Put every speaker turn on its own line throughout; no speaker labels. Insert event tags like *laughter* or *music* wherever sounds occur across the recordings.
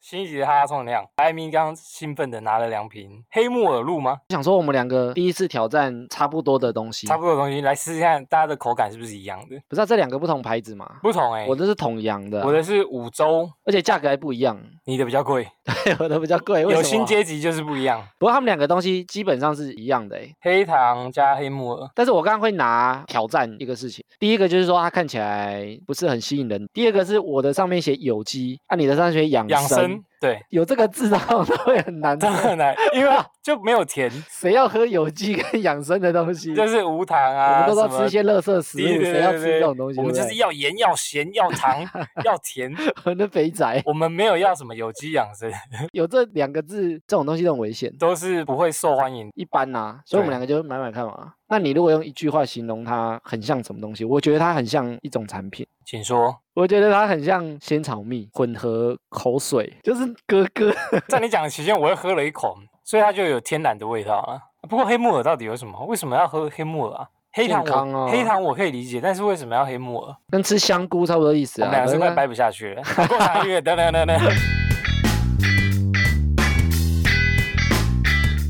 新一集的哈哈充能量，艾米刚兴奋的拿了两瓶黑木耳露吗？
想说我们两个第一次挑战差不多的东西，
差不多的东西来试试看，大家的口感是不是一样的？
不是、啊、这两个不同牌子嘛？
不同哎、
我这是桶洋的啊、
我的是五洲，
而且价格还不一样， *laughs*
你的比较贵，
我的比较贵。为
有
什
新
么啊，
阶级就是不一样，
不过他们两个东西基本上是一样的诶。欸
黑糖加黑木耳。
但是我刚刚会拿挑战一个事情，第一个就是说它看起来不是很吸引人，第二个是我的上面写有机，啊你的上面写养
养
生，
生对， *laughs*
有这个字然后都会很难
真的很难，因为就没有
*laughs*
甜，
谁要喝有机跟养生的东
*laughs*
西？
就是无糖
我
啊，
们都
什
说
么
吃一些垃圾食
对对
物，
对
谁要
对
吃
对
这种东西？
我们
对
就
不
是
对
要盐、要咸、要
*laughs*
糖、要甜，
我们的肥宅
我们没有要什么有机养生，
有这两个字，这种东西都很危险，
都是不会受欢迎。
一般呐、所以我们
对
两个就买买看嘛。那你如果用一句话形容它很像什么东西，我觉得它很像一种产品。
请说，
我觉得它很像仙草蜜混合口水，就是哥哥
在你讲的期间，我又喝了一口，所以它就有天然的味道了。不过黑木耳到底有什么？为什么要喝黑木耳啊？黑糖
健康
我、
啊
黑糖我可以理解，但是为什么要黑木耳？
跟吃香菇差不多意思
我
啊。
们两个是
反
快
正
掰不下去了。过场音乐，等等等等。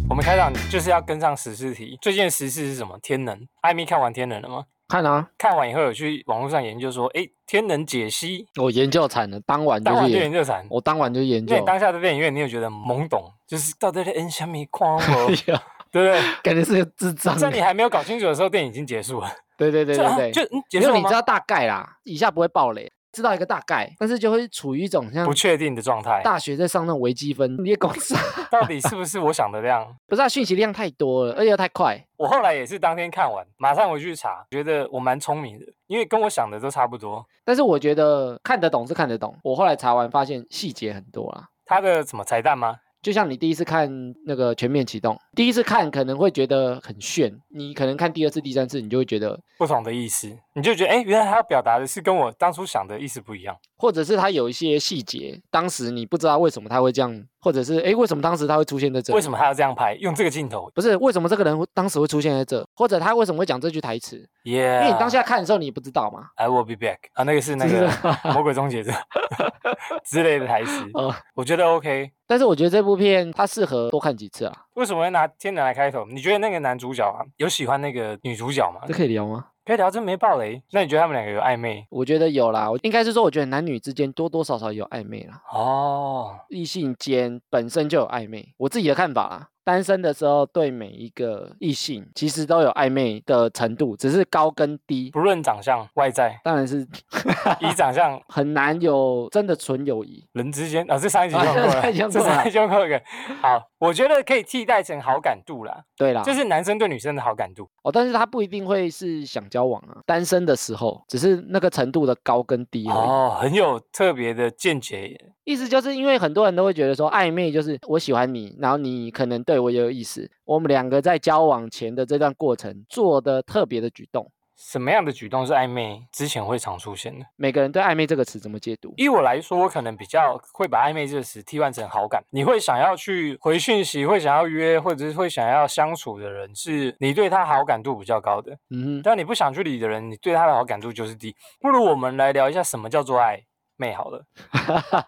我们开场就是要跟上时事题。最近的时事是什么？天能。艾米看完天能了吗？
看啊，
看完以后有去网络上研究说，诶，天能解析，
我研究惨了，当晚就
当晚
是
就研
研，
究产。
我当晚就研
那
究
你。当下的电影院，你有觉得懵懂，就是到底在演什么狂
*laughs*
魔，
哎呀
对不
感觉是个智障
对？。在你还没有搞清楚的时候，电影已经结束了。
对对对
就啊
对对，
就嗯结
没
束
有
了
你知
吗？
道大概啦，以下不会爆雷，知道一个大概，但是就会处于一种像
不确定的状态，
大学在上那种微积分，你也搞啥？
到底是不是我想的那样？
不是啊，讯息量太多了，而且又太快。
我后来也是当天看完，马上回去查，觉得我蛮聪明的，因为跟我想的都差不多。
但是我觉得看得懂是看得懂，我后来查完发现细节很多啦。
它的什么彩蛋吗？
就像你第一次看那个全面启动，第一次看可能会觉得很炫，你可能看第二次、第三次，你就会觉得，
不同的意思，你就觉得哎，诶原来他要表达的是跟我当初想的意思不一样。
或者是它有一些细节，当时你不知道为什么他会这样，或者是诶，为什么当时他会出现在这
为？什么他要这样拍？用这个镜头
不是为什么这个人会当时会出现在这，或者他为什么会讲这句台词？因
耶！
为你当下看的时候你也不知道嘛。
I will be back 啊，那个是那个魔鬼终结者
*laughs*
之类的台词，
呃，
我觉得 OK。
但是我觉得这部片它适合多看几次啊。
为什么会拿天能来开头？你觉得那个男主角啊，有喜欢那个女主角吗
这？可以聊吗？
可以聊，真没爆雷。那你觉得他们两个有暧昧？
我觉得有啦，我应该是说，我觉得男女之间多多少少有暧昧啦，
哦，
异性间本身就有暧昧，我自己的看法啦。单身的时候，对每一个异性其实都有暧昧的程度，只是高跟低，
不论长相外在，
当然是 *laughs*
以长相
很难有真的纯友谊。
人之间啊，这上一集用
啊
过了，
上一集用
这
过
上
了
一集用过一个。好，我觉得可以替代成好感度啦，
对啦，
就是男生对女生的好感度。
哦，但是他不一定会是想交往啊。单身的时候，只是那个程度的高跟低而已。
哦，很有特别的见解耶。
意思就是因为很多人都会觉得说暧昧就是我喜欢你，然后你可能对我也有意思，我们两个在交往前的这段过程做的特别的举动。
什么样的举动是暧昧之前会常出现的？
每个人对暧昧这个词怎么解读？
以我来说，我可能比较会把暧昧这个词替换成好感。你会想要去回讯息，会想要约，或者是会想要相处的人，是你对他好感度比较高的。
嗯哼，
但你不想去理的人，你对他的好感度就是低。不如我们来聊一下什么叫做暧昧好
*laughs*
了，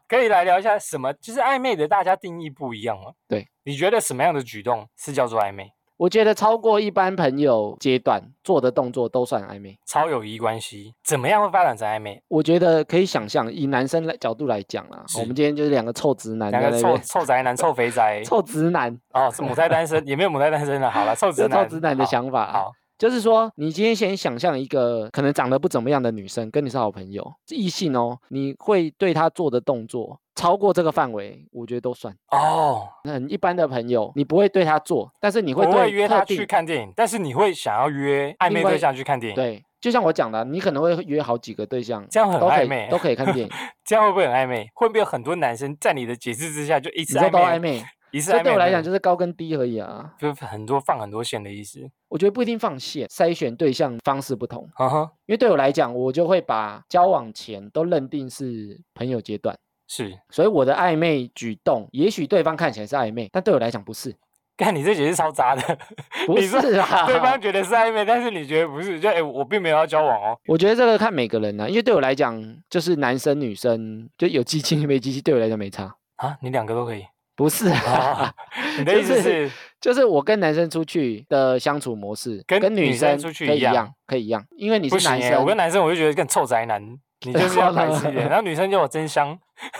可以来聊一下什么，就是暧昧的大家定义不一样嘛。
对，
你觉得什么样的举动是叫做暧昧？
我觉得超过一般朋友阶段做的动作都算暧昧。
超友谊关系怎么样会发展成暧昧？
我觉得可以想象，以男生来角度来讲啦，我
是
们今天就是两个臭直男在
两
那
个臭
边，
臭宅男、臭肥宅
*laughs* 臭直男，
哦，是母胎单身，也没有母胎单身了。
*laughs*
好了，臭直
有
男，
臭直男的
好
想法啊。
好，
就是说，你今天先想象一个可能长得不怎么样的女生跟你是好朋友，是异性哦，你会对她做的动作超过这个范围，我觉得都算。
哦，
很一般的朋友，你不会对她做，但是你会
不
对
会约
特
他
定
去看电影，但是你会想要约暧昧
另外
对象去看电影，
对，就像我讲的，啊你可能会约好几个对象，
这样很
都可
暧
以
昧，
都可以看电
*laughs*
影，
这样会不会很暧昧？会不会有很多男生在你的解释之下就一
你
直
说
暧
都
昧，
暧昧，
一次暧
这
昧？
对我来讲就是高跟低而已啊。
就是很多放很多线的意思。
我觉得不一定放线，筛选对象方式不同，
嗯哼，
因为对我来讲，我就会把交往前都认定是朋友阶段。
是。
所以我的暧昧举动，也许对方看起来是暧昧，但对我来讲不是，
看你这解释超渣的，
不
你说
是
*laughs*
啊。
对方觉得是暧昧，但是你觉得不是，就哎、我并没有要交往哦。
我觉得这个 *laughs* 看每个人呢、因为对我来讲，就是男生女生就有激情没激情，对我来讲没差。
啊，你两个都可以。
不是、
啊 *laughs*
啊，
你的意思
就是
是，
*laughs* 就是我跟男生出去的相处模式
跟女
女
生
生
出去
可
一
以一
样
样，可以一样，因为你
不
是
行
男
耶、
生，
我跟男生我就觉得更臭宅男，你就是
*laughs*
要白痴一点，然后女生就我真香， *laughs*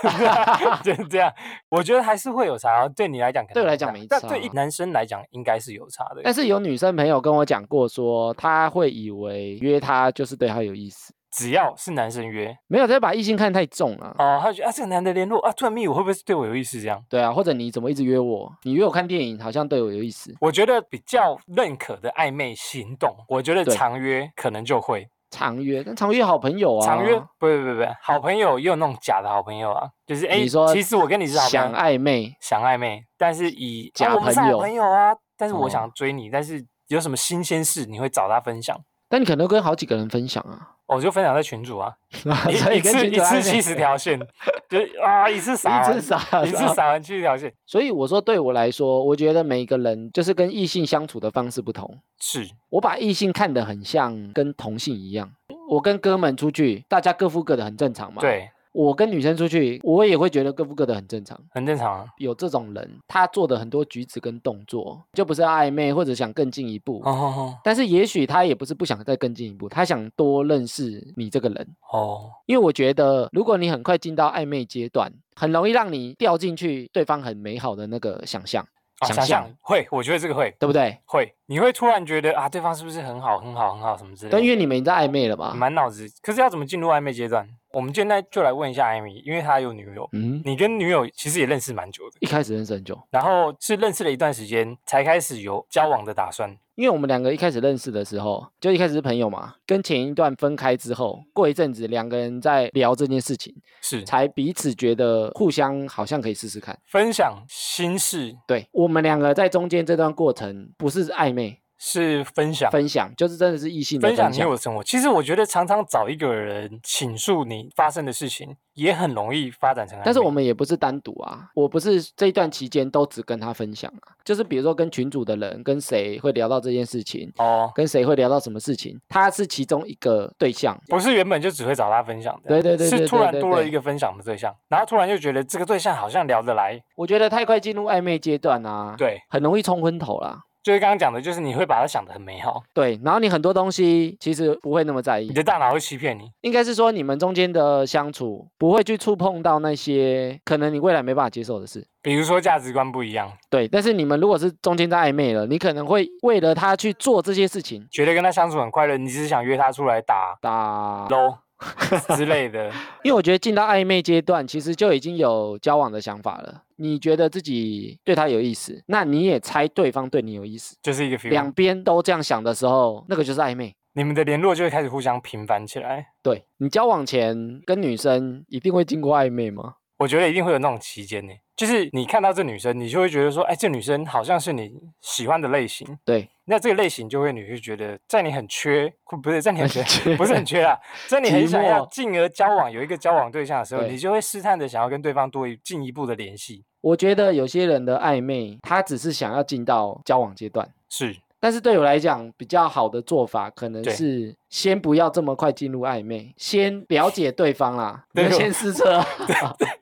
就是这样。我觉得还是会有差，对你来讲可能
对我来
有差
讲没
但对
差啊
一男生来讲应该是有差的。
但是有女生朋友跟我讲过说，她会以为约她就是对她有意思，
只要是男生约
没有再把异性看太重了、
哦，他就觉得啊这个男的联络啊，突然密我会不会是对我有意思这样？
对啊，或者你怎么一直约我？你约我看电影，好像对我有意思。
我觉得比较认可的暧昧行动，我觉得
对
常约可能就会
常约，但常约好朋友啊，
常约，不不不不，好朋友也有那种假的好朋友啊，就是哎，
你说
其实我跟你是好朋
想
友，
暧昧，
想暧昧，但是以
假
啊我们是
朋
好
友
朋友啊，但是我
哦
想追你，但是有什么新鲜事你会找他分享，
但你可能跟好几个人分享啊，
哦我就分享在群
*laughs*
主啊， *laughs* 一
所以
一
跟
次
群
一
主暧
次
昧
七十，条
*laughs*
线，就是啊一次撒
一
完
次傻，
一次撒完七十条线，
所以我说，对我来说，我觉得每一个人就是跟异性相处的方式不同。
是
我把异性看得很像跟同性一样，我跟哥们出去，大家各付各的，很正常嘛。，
对，
我跟女生出去，我也会觉得各付各的很正常。
很正常啊。
有这种人，他做的很多举止跟动作，就不是暧昧或者想更进一步。
哦哦
但是也许他也不是不想再更进一步，他想多认识你这个人。
哦，
因为我觉得，如果你很快进到暧昧阶段，很容易让你掉进去对方很美好的那个想象，
啊
哦想
想
象
象会，我觉得这个会
对不对？
会，你会突然觉得啊，对方是不是很好很好很好什么之类的。
但因为你们已经在暧昧了嘛，
满脑子，可是要怎么进入暧昧阶段？我们现在就来问一下艾米，因为她有女友，
嗯，
你跟女友其实也认识蛮久的，
一开始认识很久，
然后是认识了一段时间才开始有交往的打算。
因为我们两个一开始认识的时候，就一开始是朋友嘛，跟前一段分开之后，过一阵子两个人在聊这件事情，
是
才彼此觉得互相好像可以试试看。
分享心事，
对我们两个在中间这段过程，不是暧昧
是分享
分享，就是真的是异性的
分
分享。
享你我的生活。其实我觉得常常找一个人倾诉你发生的事情，也很容易发展成暧昧。
但是我们也不是单独啊，我不是这一段期间都只跟他分享啊，就是比如说跟群主的人，跟谁会聊到这件事情，
哦，
跟谁会聊到什么事情，他是其中一个对象，
不是原本就只会找他分享的，
对对对对
是突然
对对
多了
对
一个分享的对象，然后突然就觉得这个对象好像聊得来，
我觉得太快进入暧昧阶段啊，，
对，
很容易冲昏头啦。
就是刚刚讲的，就是你会把他想得很美好，
对，然后你很多东西其实不会那么在意
你，的大脑会欺骗你。
应该是说你们中间的相处不会去触碰到那些可能你未来没办法接受的事。
比如说价值观不一样，
对，但是你们如果是中间在暧昧了，你可能会为了他去做这些事情，
觉得跟他相处很快乐，你只是想约他出来打 *laughs*
打
low *laughs* 之类的。
因为我觉得进到暧昧阶段，其实就已经有交往的想法了。你觉得自己对他有意思，那你也猜对方对你有意思，
就是一个 feel。
两边都这样想的时候，那个就是暧昧。
你们的联络就会开始互相频繁起来。
对你交往前跟女生一定会经过暧昧吗？
我觉得一定会有那种期间呢，就是你看到这女生，你就会觉得说，哎，这女生好像是你喜欢的类型。
对，，
那这个类型就会，你会觉得在你很缺，不是在你很缺
缺
不是很缺
*laughs*
啦，在你很
寂
想要
寞
进而交往有一个交往对象的时候，
对
你就会试探的想要跟对方多一进一步的联系。
我觉得有些人的暧昧，他只是想要进到交往阶段。
是，
但是对我来讲，比较好的做法可能
对
是先不要这么快进入暧昧，先了解对方啦，你
*laughs* 对
们
我
先试车，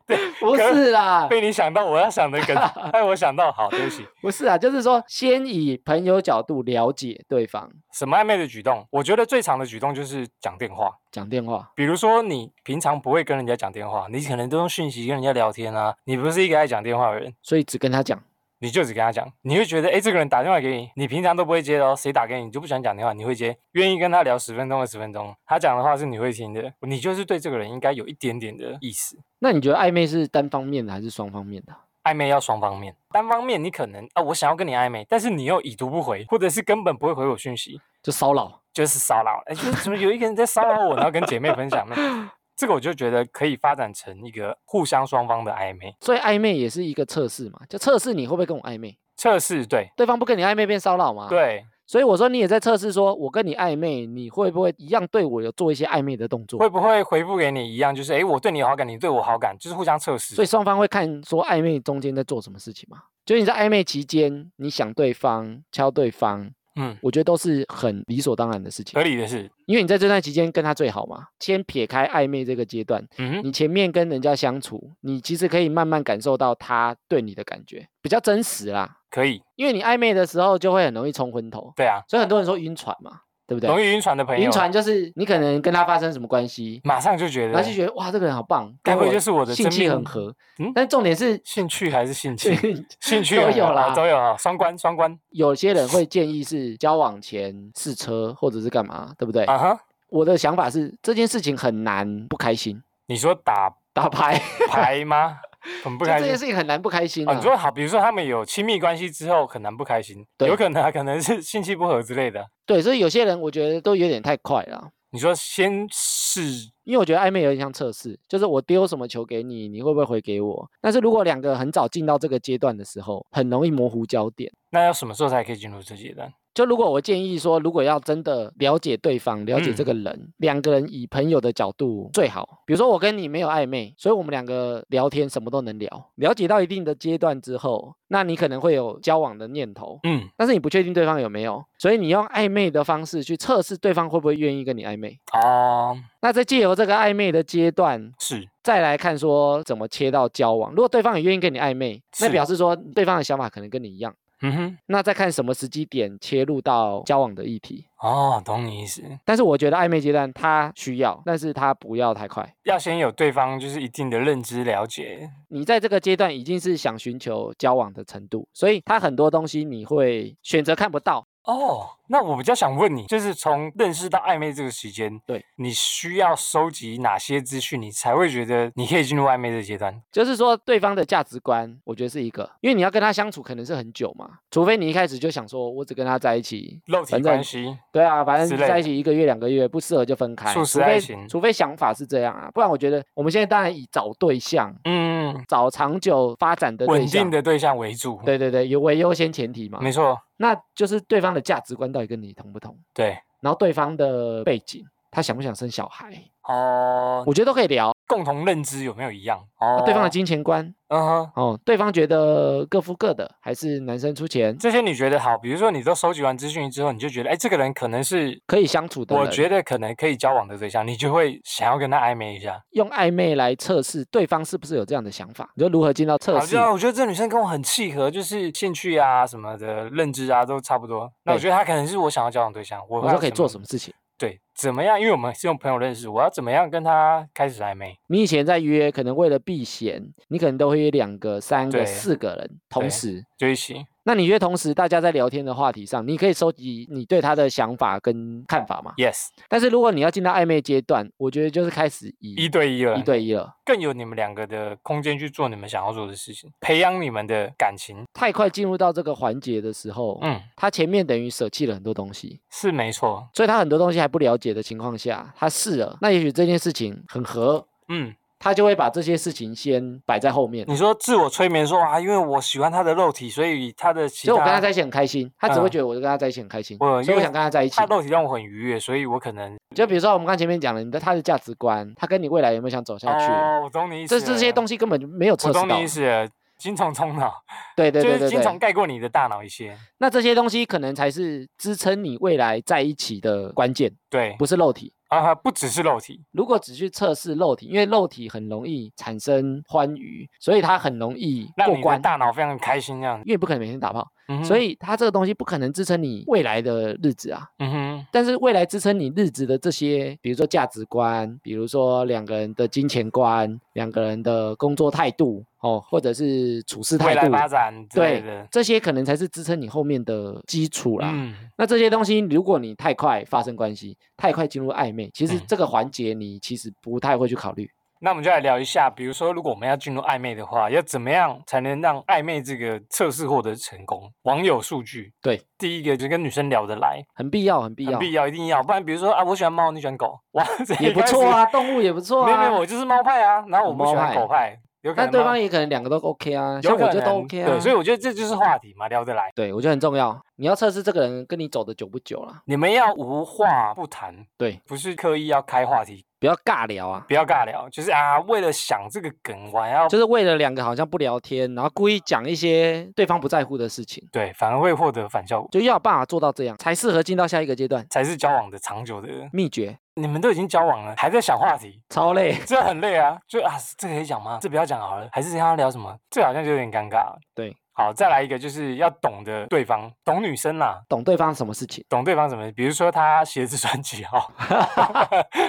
*laughs* 不
可
是啦，
被你想到我要想的梗，
*laughs*
哎，我想到，好，对不起，
不是啊，就是说先以朋友角度了解对方，
什么暧昧的举动？我觉得最常的举动就是讲电话。
讲电话，
比如说，你平常不会跟人家讲电话，你可能都用讯息跟人家聊天啊。你不是一个爱讲电话的人，
所以只跟他讲。
你就只跟他讲，你会觉得，哎，这个人打电话给你，你平常都不会接的哦，谁打给你，你就不想讲电话，你会接，愿意跟他聊十分钟、二十分钟，他讲的话是你会听的，你就是对这个人应该有一点点的意思。
那你觉得暧昧是单方面的还是双方面的？啊
暧昧要双方面，单方面你可能啊，我想要跟你暧昧，但是你又已读不回，或者是根本不会回我讯息，
就骚扰，
就是骚扰，哎，就是怎么有一个人在骚扰我，然后跟姐妹分享那 *laughs* 这个我就觉得可以发展成一个互相双方的暧昧
所以暧昧也是一个测试嘛，就测试你会不会跟我暧昧，
测试，对
对方不跟你暧昧变骚扰嘛。，
对，
所以我说你也在测试，说我跟你暧昧，你会不会一样对我有做一些暧昧的动作
会？不会回复给你一样，就是哎，我对你有好感，你对我好感，就是互相测试。
所以双方会看说暧昧中间在做什么事情嘛。就是你在暧昧期间，你想对方、敲对方，
嗯，
我觉得都是很理所当然的事情
合，理的是，
因为你在这段期间跟他最好嘛。先撇开暧昧这个阶段，
嗯哼，
你前面跟人家相处，你其实可以慢慢感受到他对你的感觉，比较真实啦。
可以，
因为你暧昧的时候就会很容易冲昏头，
对啊，
所以很多人说晕船嘛，对不对？
容易晕船的朋友，
晕船就是你可能跟他发生什么关系，
马上就觉
然后
得
就觉得哇，这个人好棒，
嗯该
跟
不会就是我的
兴
真
趣很
命
合。
嗯，
但重点是
兴趣还是 *laughs* 兴趣，
*laughs*
兴趣
都
很
有
好
啦
都有啊，双关双关，
有些人会建议是交往前试车或者是干嘛，对不对？
啊哈，
我的想法是这件事情很难不开心，
你说打
打牌
牌吗？很不
*laughs* 就
开
这
心
件。事情很难不开心、
哦，
啊。
你说好，比如说他们有亲密关系之后很难不开心，
对
有可能啊，可能是性气不合之类的。
对，所以有些人我觉得都有点太快了。
你说先试，
因为我觉得暧昧有点像测试，就是我丢什么球给你，你会不会回给我？但是如果两个很早进到这个阶段的时候，很容易模糊焦点。
那要什么时候才可以进入这阶段？
就如果我建议说，如果要真的了解对方，了解这
嗯
个人，两个人以朋友的角度最好。比如说我跟你没有暧昧，所以我们两个聊天什么都能聊。了解到一定的阶段之后，那你可能会有交往的念头，
嗯，
但是你不确定对方有没有，所以你用暧昧的方式去测试对方会不会愿意跟你暧昧。
哦，
那再借由这个暧昧的阶段，
是
再来看说怎么切到交往。如果对方也愿意跟你暧昧，那
是
表示说对方的想法可能跟你一样。
嗯哼，
那再看什么时机点切入到交往的议题。
哦，懂你意思，
但是我觉得暧昧阶段他需要，但是他不要太快。
要先有对方就是一定的认知了解，
你在这个阶段已经是想寻求交往的程度，所以他很多东西你会选择看不到。
哦，那我比较想问你，就是从认识到暧昧这个时间，
对
你需要收集哪些资讯，你才会觉得你可以进入暧昧这阶段？
就是说，对方的价值观，我觉得是一个，因为你要跟他相处可能是很久嘛，除非你一开始就想说，我只跟他在一起，
肉体
反
关
正
系，
对啊，反
之
正
类
在
的
一起一个月、两个月不适合就分开，
速
除
食爱
非
情
除非想法是这样啊，不然我觉得我们现在当然以找对象、
嗯，
找长久发展的对
稳
象
定，的对象为主，，
对对对，有为优先前提嘛，
没错，
那就是对方的价值观到底跟你同不同，
对，
然后对方的背景，他想不想生小孩，
哦，
我觉得都可以聊。
共同认知有没有一样？
那
哦，
啊对方的金钱观，
嗯哼，
哦，对方觉得各付各的，还是男生出钱
这些你觉得好，比如说你都收集完资讯之后，你就觉得，哎，这个人可能是
可以相处的人？
我觉得可能可以交往的对象，你就会想要跟他暧昧一下。
用暧昧来测试对方是不是有这样的想法，你说如何进到测
好
试？
像我觉得这女生跟我很契合，就是兴趣啊什么的认知啊都差不多。那我
对
觉得她可能是我想要交往对象，我
我说可以做
么？
什么事情？
对，怎么样？因为我们是用朋友认识，我要怎么样跟她开始暧昧？
你以前在约，可能为了避嫌，你可能都会约两个、三
对
个、四个人
对
同时。
就一起。
那你约同时，大家在聊天的话题上，你可以收集你对他的想法跟看法嘛。
Yes，
但是如果你要进到暧昧阶段，我觉得就是开始以
一对一了，
一对一了，
更有你们两个的空间去做你们想要做的事情，培养你们的感情。
太快进入到这个环节的时候，
嗯，
他前面等于舍弃了很多东西，
是没错。
所以他很多东西还不了解的情况下，他试了，那也许这件事情很合，
嗯，
他就会把这些事情先摆在后面。
你说自我催眠说啊，因为我喜欢她的肉体，所以她的其
所以我跟他
他
在一起很开心，他只会
嗯
觉得我跟他在一起很开心，
我
所
因
以我
为
想跟他在一起
她。肉体让我很愉悦，所以我可能
就比如说我们刚前面讲了，你的他的价值观，他跟你未来有没有想走下去，
哦，我懂你意思
这
了。
这些东西根本就没有测
我
试
懂
到
你意。思了，精虫充脑，
*laughs* 对对对
就是
对
精虫
对，
盖过你的大脑一些。
那这些东西可能才是支撑你未来在一起的关键，
对，
不是肉体。
啊，不只是肉体，
如果只去测试肉体，因为肉体很容易产生欢愉，所以它很容易
让
过
你的
关，
大脑非常开心这样子。
因为不可能每天打炮，
嗯哼
所，以它这个东西不可能支撑你未来的日子啊。
嗯哼，
但是未来支撑你日子的这些，比如说价值观，比如说两个人的金钱观，两个人的工作态度，哦，或者是处事态
未来
度，
发展之类
对啊
的，。
这些可能才是支撑你后面的基础啦。
嗯，
那这些东西，如果你太快发生关系，太快进入暧昧，其实
嗯
这个环节你其实不太会去考虑。
那我们就来聊一下，比如说，如果我们要进入暧昧的话，要怎么样才能让暧昧这个测试获得成功？网友数据，
对，
第一个就是跟女生聊得来，
很必要，很必
很
要，
必要，一定要，不然比如说啊，我喜欢猫，你喜欢狗，哇，这 *laughs*
也
一
不
开始
错啊，动物也不错
没有
啊。
没有，我就是猫派啊，然后我不
猫
喜欢
派
狗派。有可
但
能
对
吗
方也可能两个都 OK 啊，
有
像我
可
就
能
都 OK 啊。
对，所以我觉得这就是话题嘛，聊得来。
对我觉得很重要，你要测试这个人跟你走的久不久啦，
你们要无话不谈，
对，
不是刻意要开话题，
不要尬聊啊，
不要尬聊，就是啊，为了想这个梗，我还要
就是为了两个好像不聊天，然后故意讲一些对方不在乎的事情，
对，反而会获得反效果，
就要有办法做到这样，才适合进到下一个阶段。
才是交往的长久的。
秘诀
你们都已经交往了，还在想话题，
超累，
这很累啊。就啊，这可以讲吗？这不要讲好了，还是想要聊什么？这好像就有点尴尬。
对，
好，再来一个，就是要懂得对方，懂女生啦，
懂对方什么事情，
懂对方什么，比如说他鞋子穿几号， *laughs*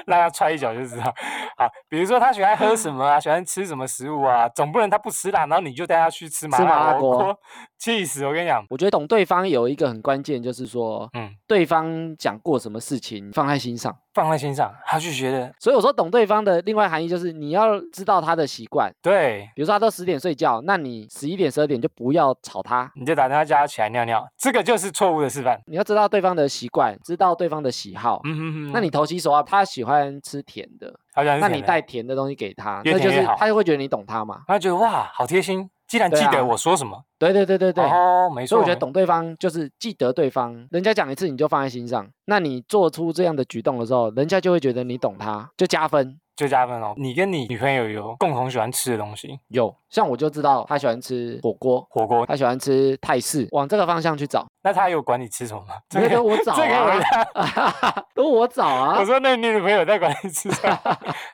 让他踹一脚就知道。好，比如说他喜欢喝什么啊，喜欢吃什么食物啊，总不能他不吃辣，然后你就带他去吃麻
吃麻
辣
辣
火
锅
锅，气死！我跟你讲，
我觉得懂对方有一个很关键，就是说
嗯，
对方讲过什么事情放在心上。
放在心上，他去觉得
所以我说懂对方的另外含义就是你要知道他的习惯，
对。
比如说他都十点睡觉，那你十一点、十二点就不要吵他。
你就打电话叫他起来尿尿，这个就是错误的示范。
你要知道对方的习惯，知道对方的喜好。
嗯哼哼，
那你投其所好，他喜欢吃甜的，
好像是
那
甜
你
的
带甜的东西给他，
越
那就
甜越
是
好
他就会觉得你懂他嘛。
他觉得哇，好贴心，既然
对
记
啊
得我说什么，
对对对对对。
哦，没
所
错，
以我觉得
没
懂对方就是记得对方，人家讲一次你就放在心上，那你做出这样的举动的时候，人家就会觉得你懂他，就加分。
就加分哦。你跟你女朋友有共同喜欢吃的东西，
有，像我就知道他喜欢吃火锅，
火锅，
他喜欢吃泰式，往这个方向去找。
那他有管你吃什么吗？这
没有
个
都我找
这个我
啊， *laughs* 都我找啊
我。说那你女朋友在管你吃
*laughs*
什么？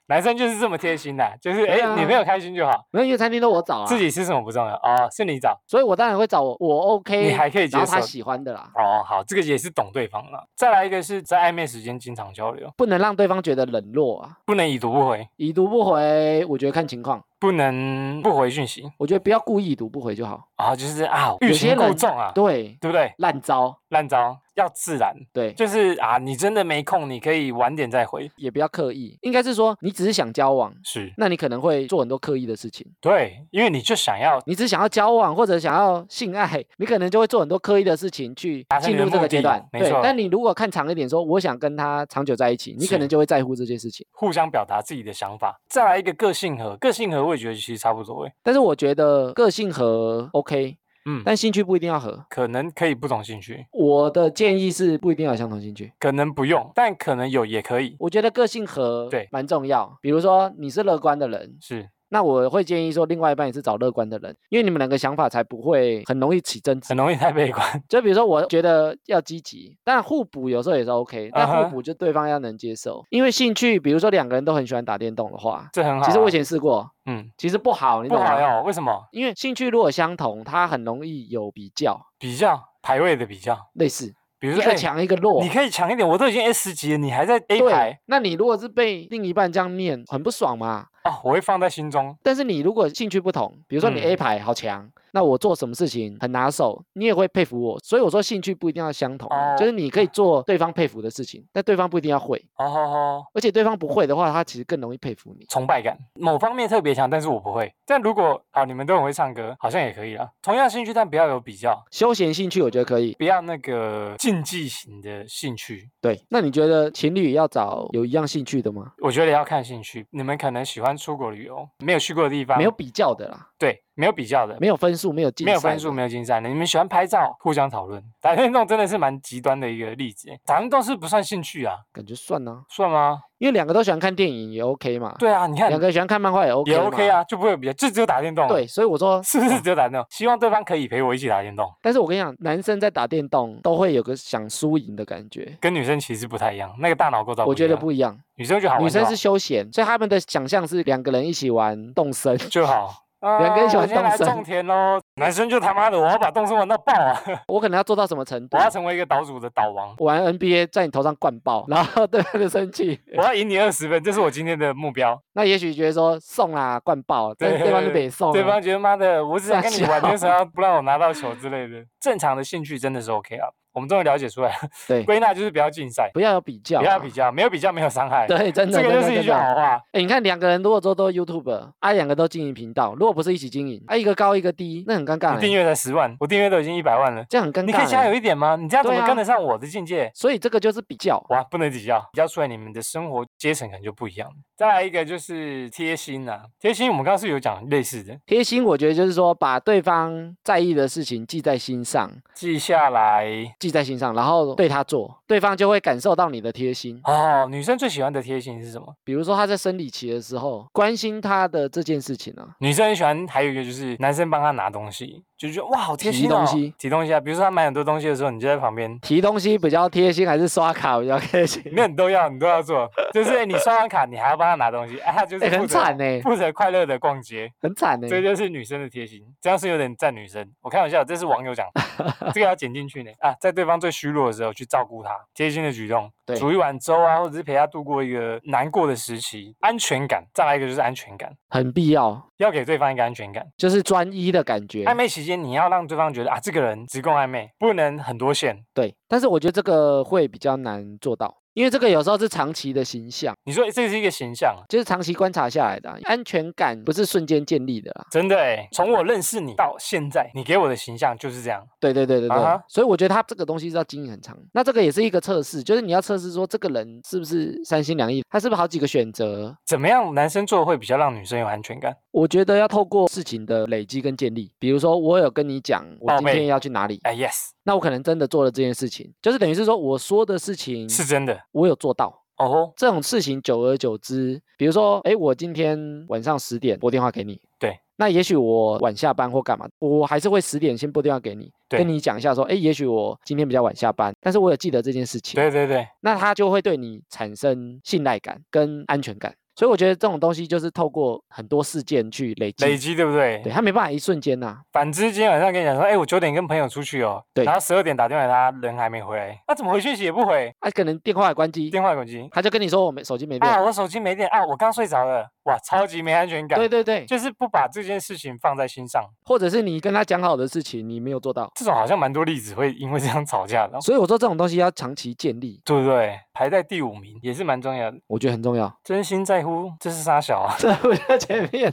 男生就是这么贴心的，就是哎
对啊，
女朋友开心就好，
没有，因为餐厅都我找啊，
自己吃什么不重要哦，是你找
所以我当然会找我我 OK，
你还可以接
然后他
受
喜欢的啦，
哦。好，这个也是懂对方了。再来一个是在暧昧时间经常交流，
不能让对方觉得冷落啊，
不能已读不回，
已读不回，我觉得看情况，
不能不回讯息
我觉得不要故意已读不回就好。
啊，就是啊，欲
有些
擒故
人
纵啊，
对，
对不对？
烂招，
烂招要自然。
对，
就是啊，你真的没空，你可以晚点再回。
也不要刻意，应该是说你只是想交往，
是
那你可能会做很多刻意的事情。
对，因为你就想要
你只想要交往或者想要性爱，你可能就会做很多刻意的事情去
达成
进
你的
入这
目
个阶
的
段。
没
对
错，
但你如果看长一点说，我想跟他长久在一起，你可
是
能就会在乎这些事情。
互相表达自己的想法。再来一个个性合，个性合我也觉得其实差不多哎诶，
但是我觉得个性合 OK，
嗯，
但兴趣不一定要合。
可能可以不同兴趣，
我的建议是不一定要有相同兴趣。
可能不用，但可能有也可以。
我觉得个性合
对
蛮重要。比如说你是乐观的人，
是
那我会建议说另外一半也是找乐观的人，因为你们两个想法才不会很容易起争执
很。容易太悲观，
就比如说我觉得要积极，但互补有时候也是 OK，但
啊哈
互补就对方要能接受。因为兴趣，比如说两个人都很喜欢打电动的话，
这很好啊。
其实我以前试过，
嗯
其实不好，你
不
懂
好
吗？
哟，为什么？
因为兴趣如果相同，它很容易有比较，
比较排位的比较，
类似
比如
一
说
个
哎，
强一个弱
你。可以强一点，我都已经 S 级了，你还在 A
对
排，
那你如果是被另一半这样念，很不爽嘛。
哦，我会放在心中。
但是你如果兴趣不同，比如说你
嗯
A 牌好强，那我做什么事情很拿手，你也会佩服我。所以我说兴趣不一定要相同，啊
哦
就是你可以做对方佩服的事情，但对方不一定要会。
哦吼吼，
而且对方不会的话，他其实更容易佩服你。
崇拜感，某方面特别强，但是我不会。但如果好，你们都很会唱歌，好像也可以啦。同样兴趣，但不要有比较，
休闲兴趣我觉得可以。
不要那个竞技型的兴趣。
对，那你觉得情侣要找有一样兴趣的吗？
我觉得要看兴趣，你们可能喜欢出国旅游，没有去过的地方，
没有比较的啦，
对，没有比较的，
没有分数，没有竞
没有
赛
分数，
的
没有竞赛的。你们喜欢拍照，互相讨论。打电动真的是蛮极端的一个例子。打运动是不算兴趣啊，
感觉算呢、
算吗？
因为两个都喜欢看电影也 OK 嘛，
对啊，你看
两个喜欢看漫画也 OK，
也
嘛
OK。啊，就不会有比较，就只有打电动。啊
对，，所以我说，
是不是只有打电动？希望对方可以陪我一起打电动，
但是我跟你讲，男生在打电动都会有个想输赢的感觉，
跟女生其实不太一样，那个大脑构造
我觉得
一样，
不一样。
女生就好玩
女
就好，
生是休闲，所以他们的想象是两个人一起玩动身，
就好。啊
两个人喜
我
欢
今天
动
来
森
种田喽，男生就他妈的，我要把动森玩到爆啊！
*laughs*
*laughs*
我可能要做到什么程度
我？要成为一个岛主的岛王，
玩 NBA 在你头上灌爆，然后对方就生气。 *laughs*
我要赢你二十分，这是我今天的目标。
那也许觉得说送啦，灌爆，但
对
对方就
对
得送啊。
对方觉得妈的，我只想
傻
跟你玩，你为
笑
什么要不让我拿到球之类的？ *laughs* 正常的兴趣真的是 OK 啊，我们终于了解出来了，
对，
归纳就是不要竞赛，
不要有比较，
不要比。较，没有比较没有伤害，
对，真的，
这个就
真的
是一
真
句
的
好话。
哎，你看两个人如果都都 YouTube，啊，两个都经营频道，如果不是一起经营，啊，一个高一个低，那很尴尬
你订
欸，
阅才十万，我订阅都已经一百万了，
这样很尴尬欸。
你可以加油一点吗？你这样怎
对
么
啊
跟得上我的境界？
所以这个就是比较，
哇，不能比较，比较出来你们的生活阶层可能就不一样了。再来一个就是贴心啊，贴心我们刚刚是有讲类似的，
贴心，我觉得就是说把对方在意的事情记在心上，
记下来
记在心上，然后对他做，对方就会感受到你的贴心。
哦。女生最喜欢的贴心是什么？
比如说他在生理期的时候，关心他的这件事情啊，
女生很喜欢，还有一个就是男生帮她拿东西，就觉得哇好贴
提
心哦，
东西
提东西啊。比如说她买很多东西的时候，你就在旁边
提东西比较贴心，还是刷卡比较贴心？
没有，你都要，你都要做。 *laughs* 就是你刷完卡，你还要帮他拿东西，哎、他就是
欸很
负责
惨欸
负责快乐的逛街，
很惨欸呢、
这就是女生的贴心。这样是有点占女生，我开玩笑，这是网友
*laughs*
讲的，这个要剪进去呢。啊，在对方最虚弱的时候去照顾他，贴心的举动
对，
煮一碗粥啊，或者是陪他度过一个难过的时期，安全感。再来一个就是安全感，
很必要，
要给对方一个安全感。
就是专一的感觉。
暧昧期间，你要让对方觉得啊，这个人只供暧昧，不能很多线。
对，但是我觉得这个会比较难做到，因为这个有时候是长期的形象，
你说这是一个形象啊，
就是长期观察下来的啊、安全感不是瞬间建立的啊啦。
真的哎，从我认识你到现在，你给我的形象就是这样。
对对对对对，
啊哈
所以我觉得他这个东西是要经营很长。那这个也是一个测试，就是你要测试说这个人是不是三心两意，他是不是好几个选择。
怎么样男生做会比较让女生有安全感？
我觉得要透过事情的累积跟建立，比如说我有跟你讲我
报
今天
备
要去哪里，
哎，yes，
那我可能真的做了这件事情，就是等于是说我说的事情
是真的
我有做到，
哦。
这种事情久而久之，比如说，哎，我今天晚上十点拨电话给你，
对，
那也许我晚下班或干嘛，我还是会十点先拨电话给你，
对
跟你讲一下说，哎，也许我今天比较晚下班，但是我有记得这件事情，
对对对，
那他就会对你产生信赖感跟安全感。所以我觉得这种东西就是透过很多事件去累积，
累积对不对？
对他没办法一瞬间呐、
反之，今天晚上跟你讲说，哎，我九点跟朋友出去哦，
对
然后十二点打电话给他，人还没回来，那、怎么回讯息也不回，
啊，可能电话也关机，
电话关机
他就跟你说我没手机没电，
啊，我手机没电啊，我刚睡着了，哇，超级没安全感。
对对对，
就是不把这件事情放在心上，
或者是你跟他讲好的事情你没有做到，
这种好像蛮多例子会因为这样吵架的哦， *laughs*
所以我说这种东西要长期建立，
对不对？排在第五名也是蛮重要的，
我觉得很重要。 *laughs*
真心在乎，这是傻小啊。 *laughs*
这不叫前面，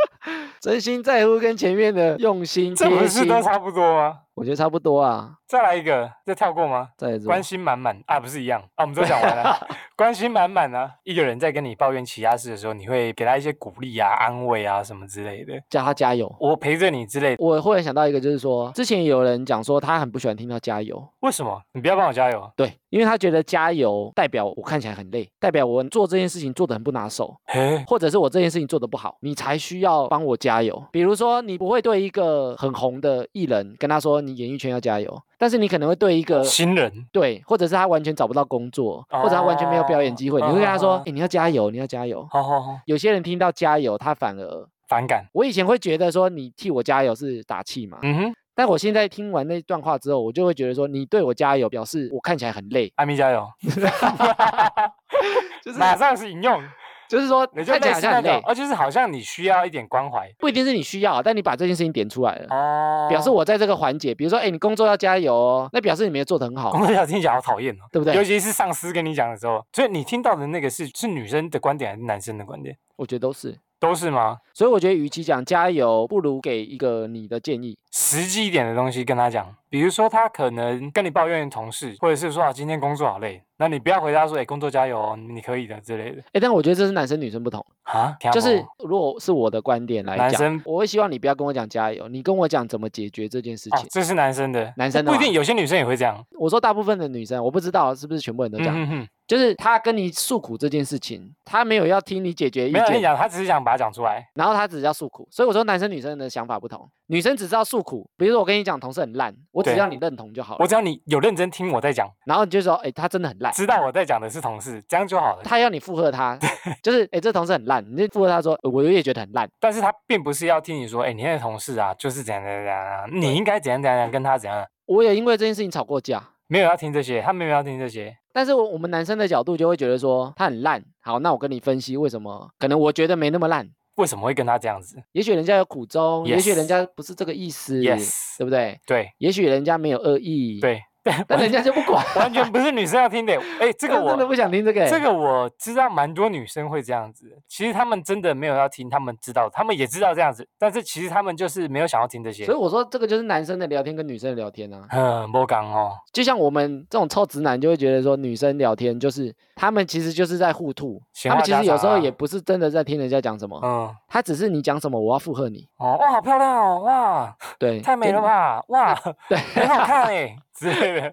*laughs* 真心在乎跟前面的用心
这
贴
不是
心，
都差不多吗？
我觉得差不多啊。
再来一个，这跳过吗？
再来一组
关心满满啊，不是一样啊，我们都讲完
*laughs*
了。关心满满啊，一个人在跟你抱怨其他事的时候，你会给他一些鼓励啊、安慰啊什么之类的，
叫他加油。
我陪着你之类的。
我忽然想到一个，就是说，之前有人讲说他很不喜欢听到加油，
为什么？你不要帮我加油。
对，因为他觉得加油代表我看起来很累，代表我做这件事情做得很不拿手，
嘿，
或者是我这件事情做得不好，你才需要帮我加油。比如说，你不会对一个很红的艺人跟他说你演艺圈要加油，但是你可能会对一个
新人
对，或者是他完全找不到工作，或者他完全没有表演
哦
机会，你会跟他说：“
嗯嗯嗯
哎、你要加油，你要加油。
好好好，”
有些人听到加油，他反而
反感。
我以前会觉得说你替我加油是打气嘛，
嗯哼，
但我现在听完那段话之后，我就会觉得说你对我加油表示我看起来很累，
艾米加油，
就是
马上是引用，
就是说
你就
看起
类
来
似
好像
那
很
个
累，，
哦，就是好像你需要一点关怀
不一定是你需要，但你把这件事情点出来了。
哦。
表示我在这个环节，比如说，哎、你工作要加油哦，那表示你没有做得很
工
好，
作条听起来好讨厌哦，
对不对
尤其是上司跟你讲的时候，所以你听到的那个是是女生的观点还是男生的观点？
我觉得都是。
都是吗？
所以我觉得，与其讲加油，不如给一个你的建议。
实际一点的东西跟他讲，比如说他可能跟你抱怨同事，或者是说啊今天工作好累，那你不要回答说哎、工作加油哦，你可以的之类的
哎、但我觉得这是男生女生不同。
啊，听
就是
不懂
如果是我的观点来
男
讲
生，
我会希望你不要跟我讲加油，你跟我讲怎么解决这件事
哦
情。，
这是男生的，
男生的
不一
嘛
定，有些女生也会这样，
我说大部分的女生，我不知道是不是全部人都
嗯
这样，
嗯嗯，
就是她跟你诉苦这件事情，她没有要听你解决意
没有跟你
见，
讲，他只是想把它讲出来，
然后她只要诉苦。所以我说男生女生的想法不同，女生只知道诉苦，比如说我跟你讲同事很烂，我只
对
要你认同就好
我
了，
只要你有认真听我在讲，
然后你就说，哎、他真的很烂。
知道我在讲的是同事，这样就
*laughs*
好了。
他要你附
*laughs*
和他，就是哎、诶这同事很烂，你就附和他说，呃我也觉得很烂，
但是他并不是要听你说，哎、你那个同事啊，就是怎样怎样怎样啊，你应该怎样怎样怎样跟他怎样，
我也因为这件事情吵过架，
没有要听这些，他没有要听这些，
但是我我们男生的角度就会觉得说他很烂，好，那我跟你分析为什么？可能我觉得没那么烂，
为什么会跟他这样子
也许人家有苦衷也许人
Yes
家不是这个意思
？Yes，
对不对？
对
也许人家没有恶意，，
对，
但人家就不管，
*laughs* 完
*laughs*
全不是女生要听的。哎，这个
真的
我
不想听这个欸。
这个我知道，蛮多女生会这样子。其实她们真的没有要听，她们知道，她们也知道这样子，但是其实她们就是没有想要听这些
欸所以。我说这个就是男生的聊天跟女生的聊天啊，
嗯，不讲哦，
就像我们这种臭直男就会觉得说女生聊天就是他们其实就是在互吐，
闲
他们
话
其
家
实有时
常
候
啊
也不是真的在听人家讲什么，
嗯，
他只是你讲什么我要附和你，
哦，哇，好漂亮哦，哇，
对，
太美
就
了？吧，哇，
对，
很好看哎之类的。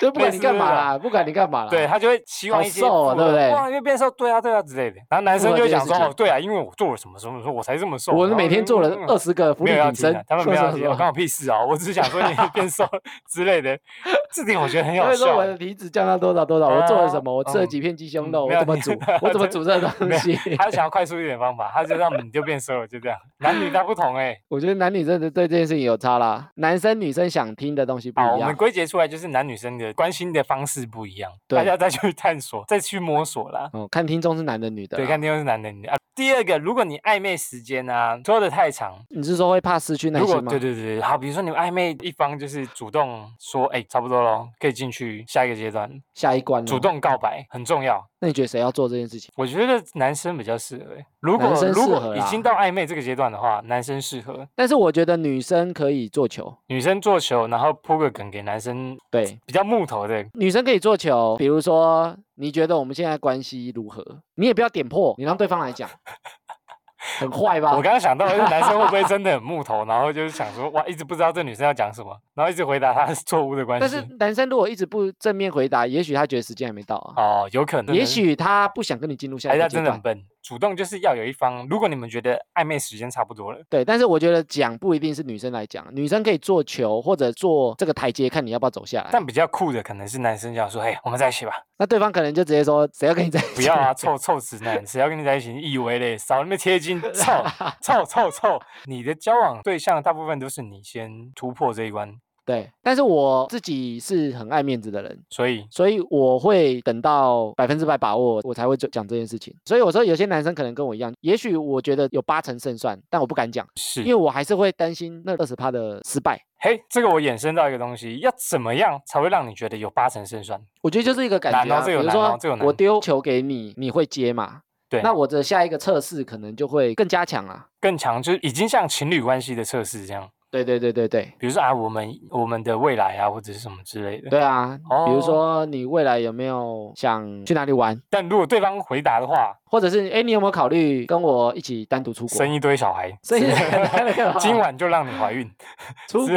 就不
类
管你
似
干
这
嘛
种
啦，不管你干嘛啦，
对，他就会希望
好
一些
瘦哦
附和
对不对
哇，又变瘦，对啊，对啊之类的。然后男
附
生
和
就会
这件
讲
事
说，
情
哦，对啊，因为我做了什么什么，说我才这么瘦。
我
然
每
后
天
嗯
做了
嗯嗯
二十个浮
没
力
有要
挺
听
身
的，，他们
说
没有
什
要听的，我
么什么
关我屁事啊！我只是想
*laughs*
说你变瘦之类的，这点我觉得很有
所以说
笑
我
欸。
的体脂降到多少多少，我做了什
啊
么？我吃了
嗯
几片鸡胸
嗯
肉，
没
我
有
怎么
你 *laughs*
煮？我怎么煮这东
没有
西？
他就想要快速一点方法，他就让你就变瘦了，就这样。男女大不同哎、欸，
*laughs* 我觉得男女真的对这件事情有差啦，男生女生想听的东西不
好，
一
我们
样。
归结出来就是男女生的关心的方式不一样，
对
大家再去探索，再去摸索啦。
哦，看听众是男的女的啦。
对，看天是男的女的啊。第二个，如果你暧昧时间啊拖得太长，
你是说会怕失去耐
如果
心吗
对？对对，好，比如说你们暧昧一方就是主动说，哎、差不多咯，可以进去下一个阶段，
下一关咯
主。动告白很重要。
那你觉得谁要做这件事情？
我觉得男生比较适合欸。如果
男生
如
适
果
合
已
啦
经到暧昧这个阶段的话，男生适合
但是我觉得女生可以做球，
女生做球，然后铺个梗给男生，
对，
比较木头的。
女生可以做球。比如说，你觉得我们现在关系如何？你也不要点破，你让对方来讲，很坏吧
我？刚刚想到的是男生会不会真的很木头，然后就是想说哇，一直不知道这女生要讲什么，然后一直回答她是错误的关
但
系
是。男生如果一直不正面回答，也许他觉得时间还没到啊，
哦，有可能，
也许他不想跟你进入下
哎，
一
他
个
真
阶
的很
段。
笨。主动就是要有一方，如果你们觉得暧昧时间差不多了，
对，但是我觉得讲不一定是女生来讲，女生可以做球或者做这个台阶，看你要不要走下来。
但比较酷的可能是男生想说，嘿，哎我们在一起吧。
那对方可能就直接说谁要跟你在一
不
起
要
*laughs*
啊，臭臭直男，谁要跟你在一起？你以为嘞，少那么贴金，
*laughs*
臭臭臭臭！你的交往对象大部分都是你先突破这一关，
对，但是我自己是很爱面子的人，
所以
所以我会等到百分之百把握，我才会就讲这件事情。所以我说有些男生可能跟我一样，也许我觉得有八成胜算，但我不敢讲，因
是
为我还是会担心那二十趴的失败。
嘿，这个我衍生到一个东西，要怎么样才会让你觉得有八成胜算？
我觉得就是一个感觉、
难哦
啊，比
这有
如
难哦
说
这有难
我丢球给你，你会接嘛？
对
那我的下一个测试可能就会更加强啊。
更强就是已经像情侣关系的测试这样，
对对对对对。
比如说啊，我们我们的未来啊，或者是什么之类的。
对啊，比
哦
如说你未来有没有想去哪里玩，
但如果对方回答的话，
或者是哎，你有没有考虑跟我一起单独出国？
生一堆小孩，
生 *laughs* 一堆
*laughs* 是
那个
今晚就让你怀孕，
出
是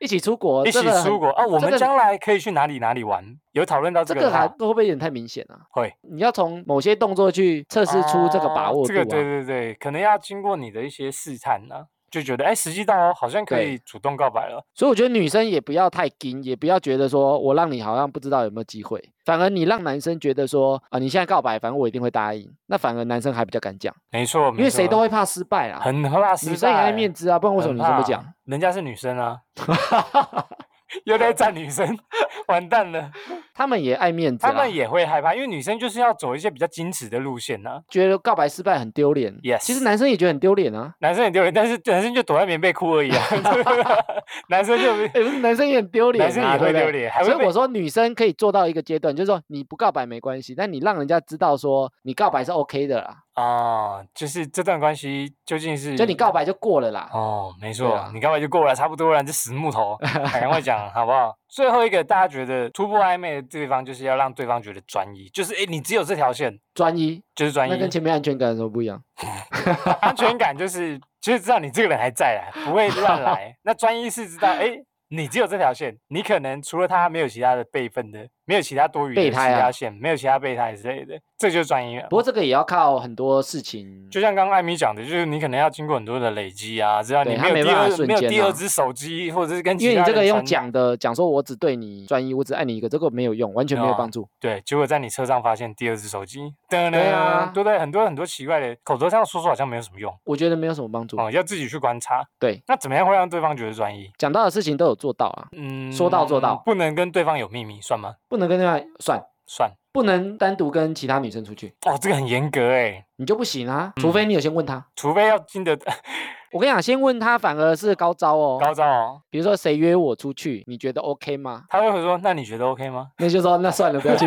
一起出国，
一
哦这
起
个很
出国啊！我
这
们
个
将来可以去哪里哪里玩？有讨论到
这
这个的
个
话，
还会不会有点太明显啊？
会，
你要从某些动作去测试出这个把
哦
握度
这
啊。
个对对对，可能要经过你的一些试探呢、就觉得哎，时机到哦，好像可
对
以主动告白了。
所以我觉得女生也不要太紧，也不要觉得说我让你好像不知道有没有机会，反而你让男生觉得说啊、你现在告白，反正我一定会答应，那反而男生还比较敢讲，
没错，
因为谁都
会
会怕失败啦。
很怕失败，
女生也爱面子啊，不然为什
很
么女生不
怕
讲？？
人家是女生啊， *laughs* 又在赞女生， *laughs* 完蛋了。
*laughs* 他们也爱面子、啊，
他们也会害怕，因为女生就是要走一些比较矜持的路线啊呢、
觉得告白失败很丢脸。其
Yes
实男生也觉得很丢脸啊。
男生很丢人，但是男生就躲在棉被哭而已啊。 *laughs* 男生就 *laughs*
哎、不是男生也很丢脸、啊，
男生也
对
会
不对
丢脸还会
所以
被
我说，女生可以做到一个阶段，就是说你不告白没关系，但你让人家知道说你告白是 OK 的啦，
啊、就是这段关系究竟是
就你告白就过了啦。
嗯哦，没
对
错，
啊
你刚才就过了，差不多了，你这死木
*laughs*
头，赶快讲好不好？最后一个，大家觉得突破暧昧的地方，就是要让对方觉得专一，就是诶，你只有这条线，
专一，
就是专
那跟
一，
前面安全感有什么不一样？
安全感就是就是知道你这个人还在啊，不会
*laughs*
乱来。那专一是知道，诶，你只有这条线，你可能除了他没有其他的备份的，没有其他多余的
备
其
胎啊
他线，没有其他备胎之类的，这就是专一了。
不过这个也要靠很多事情，
就像刚刚艾米讲的，就是你可能要经过很多的累积啊，知道你
对
没
他
有
没
第
办法
二
瞬
没有
间
第二
啊
只手机，或者是跟
因为
其
你
他
这个
人
用
传
讲的讲说我只对你专一，我只爱你一个，这个没有用，完全没有
啊
帮助。
对，结果在你车上发现第二只手机，噔
对啊
噔，对不对？很多很多奇怪的口头上说说好像没有什么用
我觉得没有什么帮助。
哦，要自己去观察。
对，
那怎么样会让对方觉得专一？
讲到的事情都有做到啊，
嗯，
说到做到
不能跟对方有秘密，算吗？
不能跟对方算，
算
不能单独跟其他女生出去，
哦，这个很严格哎，
嗯你就不行啊，除非你有先问他。
除非要经得，
我跟你讲，先问他反而是高招哦。
高招哦，
比如说谁约我出去，你觉得 OK 吗？
他会说，那你觉得 OK 吗？
那就说那算了，不要 *laughs* 去。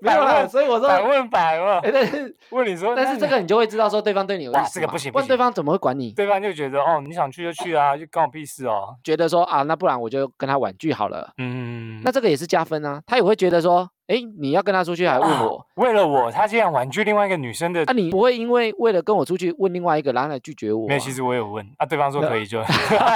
没有
反
啦，
问
所以我说，
百
哎
问百问，
但是
问你说，
但
那
是
你
这个你就会知道说对方对你有意
哇
思
这个
嘛
不行不
问对
行
方怎么会管你？
对方就觉得，哦，你想去就去啊，就关我屁事哦。
觉得说啊，那不然我就跟他婉拒好了。
嗯，
那这个也是加分啊，他也会觉得说，哎，你要跟他出去还问
啊
我，
为了我，他竟然婉拒另外一个女生的
啊，你不会因为为了跟我出去问另外一个，然后来拒绝我、
没
啊
有，？其实我有问啊，对方说
那
可以
*laughs*
就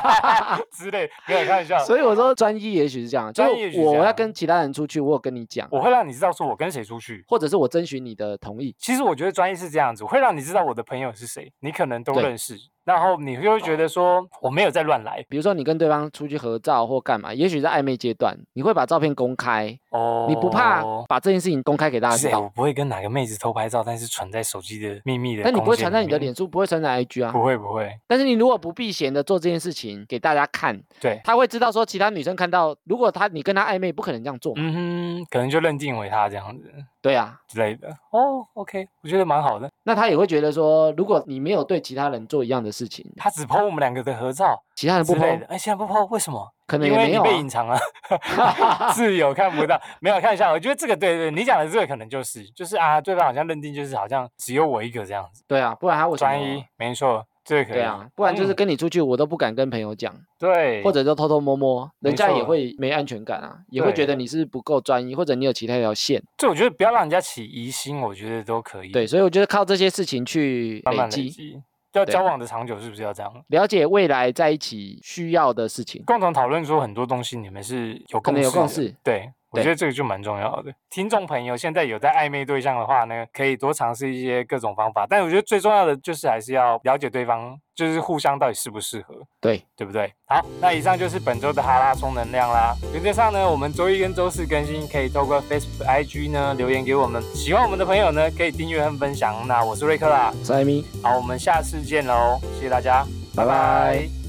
*laughs* 之类，没有开玩笑。
所以我说专一也许是这样，就
专一也许
是
是这
我要
样
跟其他人出去，我有跟你讲，
我会让你知道说我跟谁出去。
或者是我征询你的同意，
其实我觉得专业是这样子，我会让你知道我的朋友是谁，你可能都
对
认识，然后你就会觉得说我没有在乱来
比如说你跟对方出去合照或干嘛，也许在暧昧阶段，你会把照片公开，
哦。
你不怕把这件事情公开给大家
是
知
欸我
道，
不会跟哪个妹子偷拍照，但是传在手机的秘密的。
但你不会传在你的？脸书，不会传在 IG 啊
不。会不会，
但是你如果不避嫌的做这件事情给大家看，
对，
他会知道说其他女生看到，如果他你跟他暧昧，不可能这样做嘛。
嗯哼，可能就认定为他这样子
对啊，
之类的。哦，OK，我觉得蛮好的。
那他也会觉得说，如果你没有对其他人做一样的事情，
他只 po 我们两个的合照
其他人
之
不
类
碰
的，，哎，现在不 po 为什么？
可能也
因为
没
你
有、
被
*laughs*
隐藏了，
啊。
自由看不到。没有，看一下，我觉得这个对对，你讲的这个可能就是就是啊，对方好像认定就是好像只有我一个这样子，
对啊，不然他为什么？
专一，没错，这个可以。
对啊，不然就是
嗯
跟你出去，我都不敢跟朋友讲，
对，
或者就偷偷摸摸，
没
人家也
错
会没安全感啊，也会觉
对
得你是不够专一，或者你有其他一条线。
这我觉得不要让人家起疑心，我觉得都可以。
对，，所以我觉得靠这些事情去
慢慢
累
累
积，
积。要
对啊
交往的长久是不是要这样？
了解未来在一起需要的事情。
共同讨论说很多东西，你们是有
可
共
能
识
有
的。
共识
对，我
对
觉得这个就蛮重要的。听众朋友现在有在暧昧对象的话呢，可以多尝试一些各种方法，但我觉得最重要的就是还是要了解对方，就是互相到底适不适合。
对，
对不对？好，那以上就是本周的哈拉充能量啦。原则上呢，我们周一跟周四更新，可以透过 Facebook、IG 呢留言给我们。喜欢我们的朋友呢，可以订阅和分享。那我是瑞克啦，
塞咪，
好，我们下次见喽，谢谢大家，
拜拜